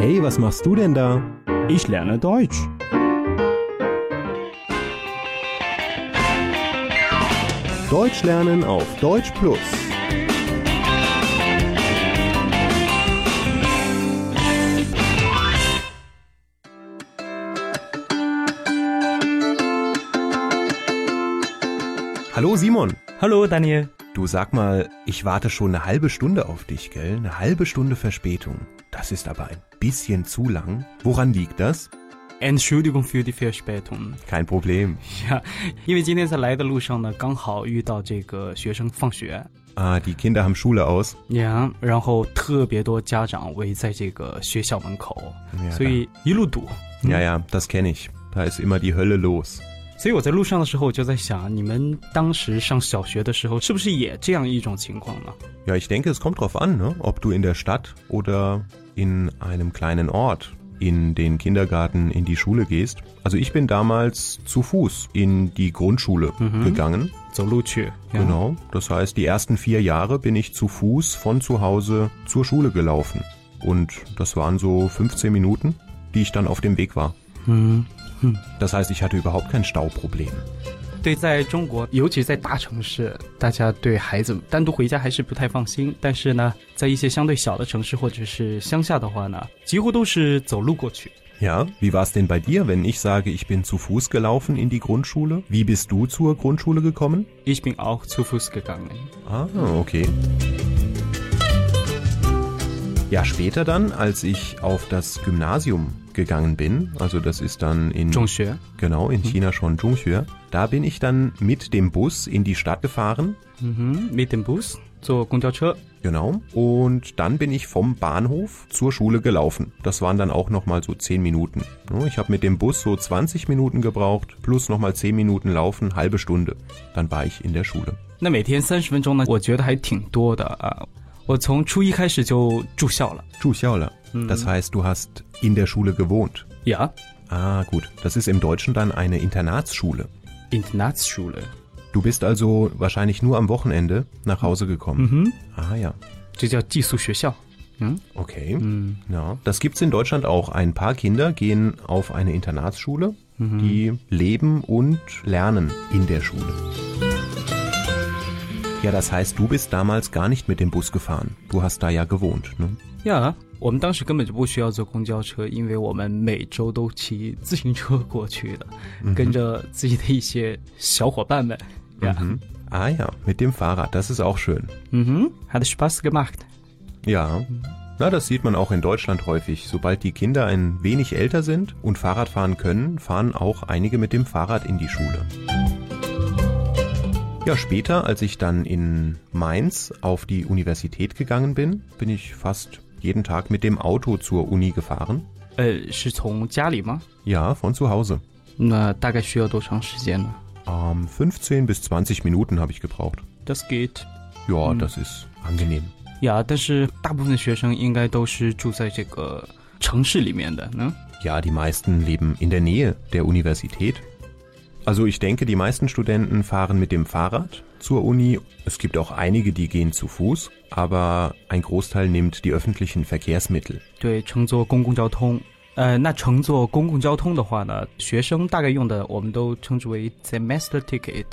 Hey, was machst du denn da? Ich lerne Deutsch. Deutsch lernen auf Deutsch Plus. Hallo Simon, Hallo Daniel. du sag mal, ich warte schon eine halbe Stunde auf dich, gell? Eine halbe Stunde Verspätung. Das ist aber ein bisschen zu lang. Woran liegt das? Entschuldigung für die Verspätung。 Kein Problem. 因为今天在来的路上呢，刚好遇到这个学生放学， Ah, die Kinder haben Schule aus. 呀、然后特别多家长围在这个学校门口， Ja, 所以一路堵。 da, ja, ja, das kenne ich. Da ist immer die Hölle los. 所以我在路上的时候，我就在想，你们当时上小学的时候，是不是也这样一种情况呢？ Ja, ich denke, es kommt drauf an, ne? ob du in der Stadt oder in einem kleinen Ort in den Kindergarten, in die Schule gehst. Also ich bin damals zu Fuß in die Grundschule gegangen. 走路去，呀 Genau. Das heißt, die ersten vier Jahre bin ich zu Fuß von zu Hause zur Schule gelaufen. Und das waren so 15 Minuten, die ich dann auf dem Weg war. 嗯 Das heißt, ich hatte überhaupt kein Stauproblem. 对，在中国，尤其在大城市，大家对孩子单独回家还是不太放心。但是呢，在一些相对小的城市或者是乡下的话呢，几乎都是走路过去。 Ja, wie war es denn bei dir, wenn ich sage, ich bin zu Fuß gelaufen in die Grundschule? Wie bist du zur Grundschule gekommen? Ich bin auch zu Fuß gegangen. Ah, okay. Ja, später dann, als ich auf das Gymnasium gegangen bin, also das ist dann in 中学， genau in China schon Zhongxue, da bin ich dann mit dem Bus in die Stadt gefahren, 嗯，mit dem Bus 坐公交车， genau, und dann bin ich vom Bahnhof zur Schule gelaufen. Das waren dann auch noch mal so 10 Minuten. Ne, Ich habe mit dem Bus so 20 Minuten gebraucht plus noch mal 10 Minuten laufen, halbe Stunde. Dann war ich in der Schule. 那每天三十分钟呢，我觉得还挺多的啊。我从初一开始就住校了 Zhu Xiaola, das heißt, du hast in der Schule gewohnt. 呀 Ah, gut. Das ist im Deutschen dann eine Internatsschule. i n t e r n a t s c h u l e Du bist also wahrscheinlich nur am Wochenende nach Hause gekommen. Ah ja. 这叫寄宿学校。嗯， Okay. Ja. Das gibt's in Deutschland auch. Ein paar Kinder gehen auf eine Internatsschule, die leben und lernen in der Schule. Ja, das heißt, du bist damals gar nicht mit dem Bus gefahren. Du hast da ja gewohnt, ne? 呀，我们当时根本就不需要坐公交车，因为我们每周都骑自行车过去的，跟着自己的一些小伙伴们。呀， Ah ja, mit dem Fahrrad. Das ist auch schön. 嗯哼，hat Spaß gemacht。 Ja. Na, das sieht man auch in Deutschland häufig. Sobald die Kinder ein wenig älter sind und Fahrrad fahren können, fahren auch einige mit dem Fahrrad in die Schule. Ja, später, als ich dann in Mainz auf die Universität gegangen bin, bin ich fast jeden Tag mit dem Auto zur Uni gefahren. 呃，是从家里吗？ Ja, von zu Hause. 那大概需要多长时间呢 Ähm, 15 bis 20 Minuten habe ich gebraucht. ？Das geht。 Ja, das ist angenehm. 呀，但是大部分学生应该都是住在这个城市里面的呢。 Ja, die meisten leben in der Nähe der Universität. Also ich denke, die meisten Studenten fahren mit dem Fahrrad zur Uni. Es gibt auch einige, die gehen zu Fuß, aber ein Großteil nimmt die öffentlichen Verkehrsmittel. 对，乘坐公共交通。呃，那乘坐公共交通的话呢，学生大概用的我们都称之为 semester ticket。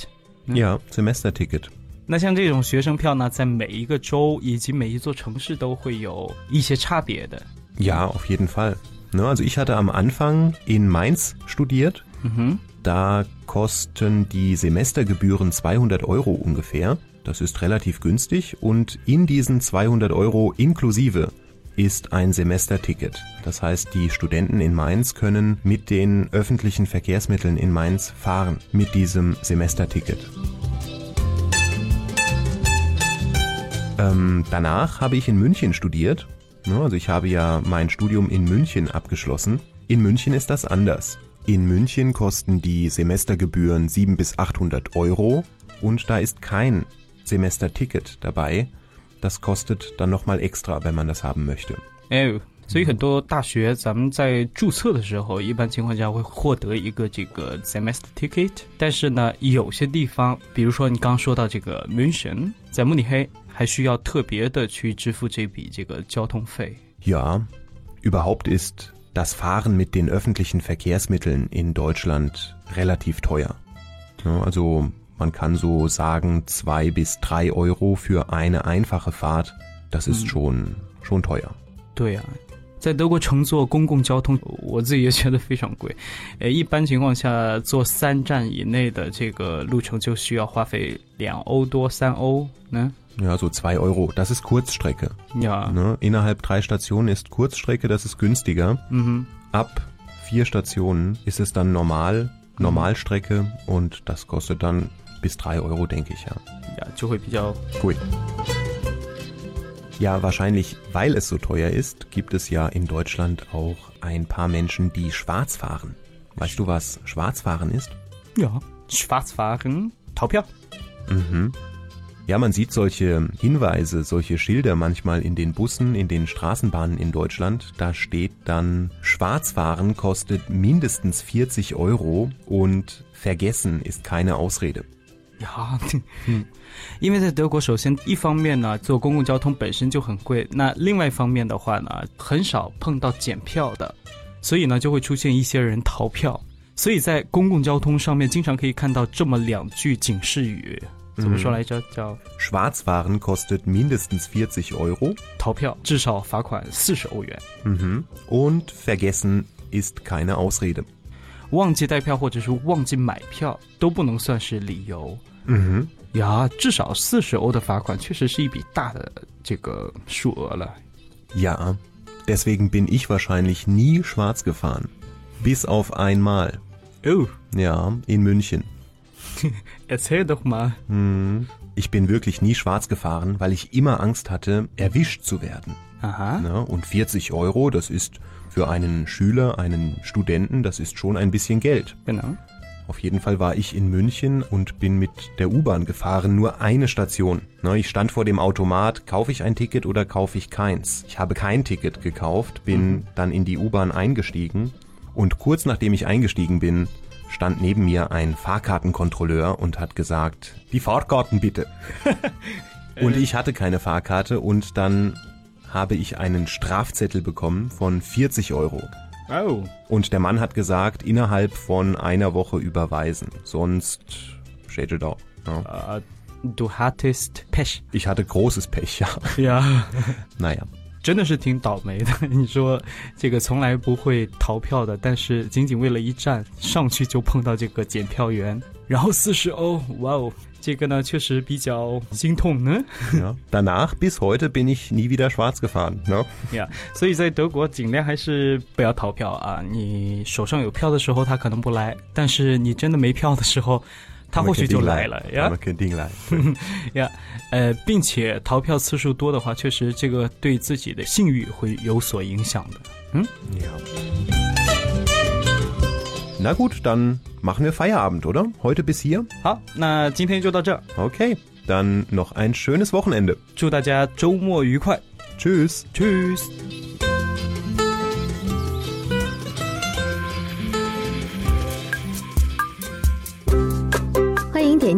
Mhm. Ja, Semesterticket. 那像这种学生票呢，在每一个州以及每一座城市都会有一些差别的。 Ja, auf jeden Fall. Ne, also ich hatte am Anfang in Mainz studiert. Da kosten die Semestergebühren 200 Euro ungefähr. Das ist relativ günstig. Und in diesen 200 Euro inklusive ist ein Semesterticket. Das heißt, die Studenten in Mainz können mit den öffentlichen Verkehrsmitteln in Mainz fahren. Mit diesem Semesterticket. Ähm, danach habe ich in München studiert. Ne, Also ich habe ja mein Studium in München abgeschlossen. In München ist das anders. In München kosten die Semestergebühren 700 bis 800 Euro und da ist kein Semesterticket dabei. Das kostet dann nochmal extra, wenn man das haben möchte. 哎，所以很多大学咱们在注册的时候，一般情况下会获得一个这个 semester ticket。但是呢，有些地方，比如说你刚刚说到这个 München，在慕尼黑，还需要特别的去支付这笔这个交通费。 Ja, Überhaupt ist das Fahren mit den öffentlichen Verkehrsmitteln in Deutschland relativ teuer. Ja, also man kann so sagen, zwei bis drei Euro für eine einfache Fahrt, das ist Mhm. schon, schon teuer. 对啊，在德国乘坐公共交通，我自己也觉得非常贵。呃，一般情况下，坐三站以内的这个路程就需要花费两欧多三欧呢。 Ja, so zwei Euro, das ist Kurzstrecke. 呀， Ne? Innerhalb drei Stationen ist Kurzstrecke, das ist günstiger. 嗯 Ab vier Stationen ist es dann normal, Normalstrecke und das kostet dann bis drei Euro, denke ich ja. 哼，呀，就会比较 Hui. Ja, wahrscheinlich, weil es so teuer ist, gibt es ja in Deutschland auch ein paar Menschen, die schwarz fahren. Weißt du, was Schwarzfahren ist? 呀，Schwarzfahren 逃票。 Mhm. Ja, man sieht solche Hinweise, solche Schilder manchmal in den Bussen, in den Straßenbahnen in Deutschland. Da steht dann, Schwarzfahren kostet mindestens 40 Euro und vergessen ist keine Ausrede. 呀，嗯因为在德国，首先一方面呢，坐公共交通本身就很贵，那另外一方面的话呢，很少碰到检票的，所以呢，就会出现一些人逃票。所以在公共交通上面，经常可以看到这么两句警示语，怎么说来着？叫 Schwarzfahren kostet mindestens 40 Euro 逃票至少罚款四十欧元， mhm. und vergessen ist keine Ausrede. 忘记带票或者是忘记买票都不能算是理由。 Mhm. 呀，至少四十欧的罚款确实是一笔大的这个数额了。 Ja, deswegen bin ich wahrscheinlich nie schwarz gefahren. Bis auf einmal. 哦 Ja, in München. erzähl doch mal. Hm, Ich bin wirklich nie schwarz gefahren, weil ich immer Angst hatte, erwischt zu werden. Aha. Ne? Und 40 Euro, das ist für einen Schüler, einen Studenten, das ist schon ein bisschen Geld. Genau. Auf jeden Fall war ich in München und bin mit der U-Bahn gefahren, nur eine Station. Ne, Ich stand vor dem Automat, kaufe ich ein Ticket oder kaufe ich keins? Ich habe kein Ticket gekauft, bin dann in die U-Bahn eingestiegen und kurz nachdem ich eingestiegen bin, stand neben mir ein Fahrkartenkontrolleur und hat gesagt, die Fahrkarten bitte. und ich hatte keine Fahrkarte und dann habe ich einen Strafzettel bekommen von 40 Euro. Oh. Und der Mann hat gesagt, innerhalb von einer Woche überweisen. Sonst steht es da. Ja. Äh, du hattest Pech. Ich hatte großes Pech, ja. Ja. Naja. 真的是挺倒霉的。你说这个从来不会逃票的，但是仅仅为了一站上去就碰到这个检票员，然后四十欧，哇哦，这个呢确实比较心痛 呢。 ja. Danach, bis heute, bin ich nie wieder schwarz gefahren. Ne? 呀、所以在德国尽量还是不要逃票啊！你手上有票的时候他可能不来，但是你真的没票的时候，他或许就来了呀。 kein Ding leid. 呃，并且逃票次数多的话，确实这个对自己的信誉会有所影响的。 Ja. Na gut, dann machen wir Feierabend, oder? Heute bis hier? 好，那今天就到这儿， Okay. Dann noch ein schönes Wochenende. 祝大家周末愉快 Tschüss. ，Cheers。欢迎点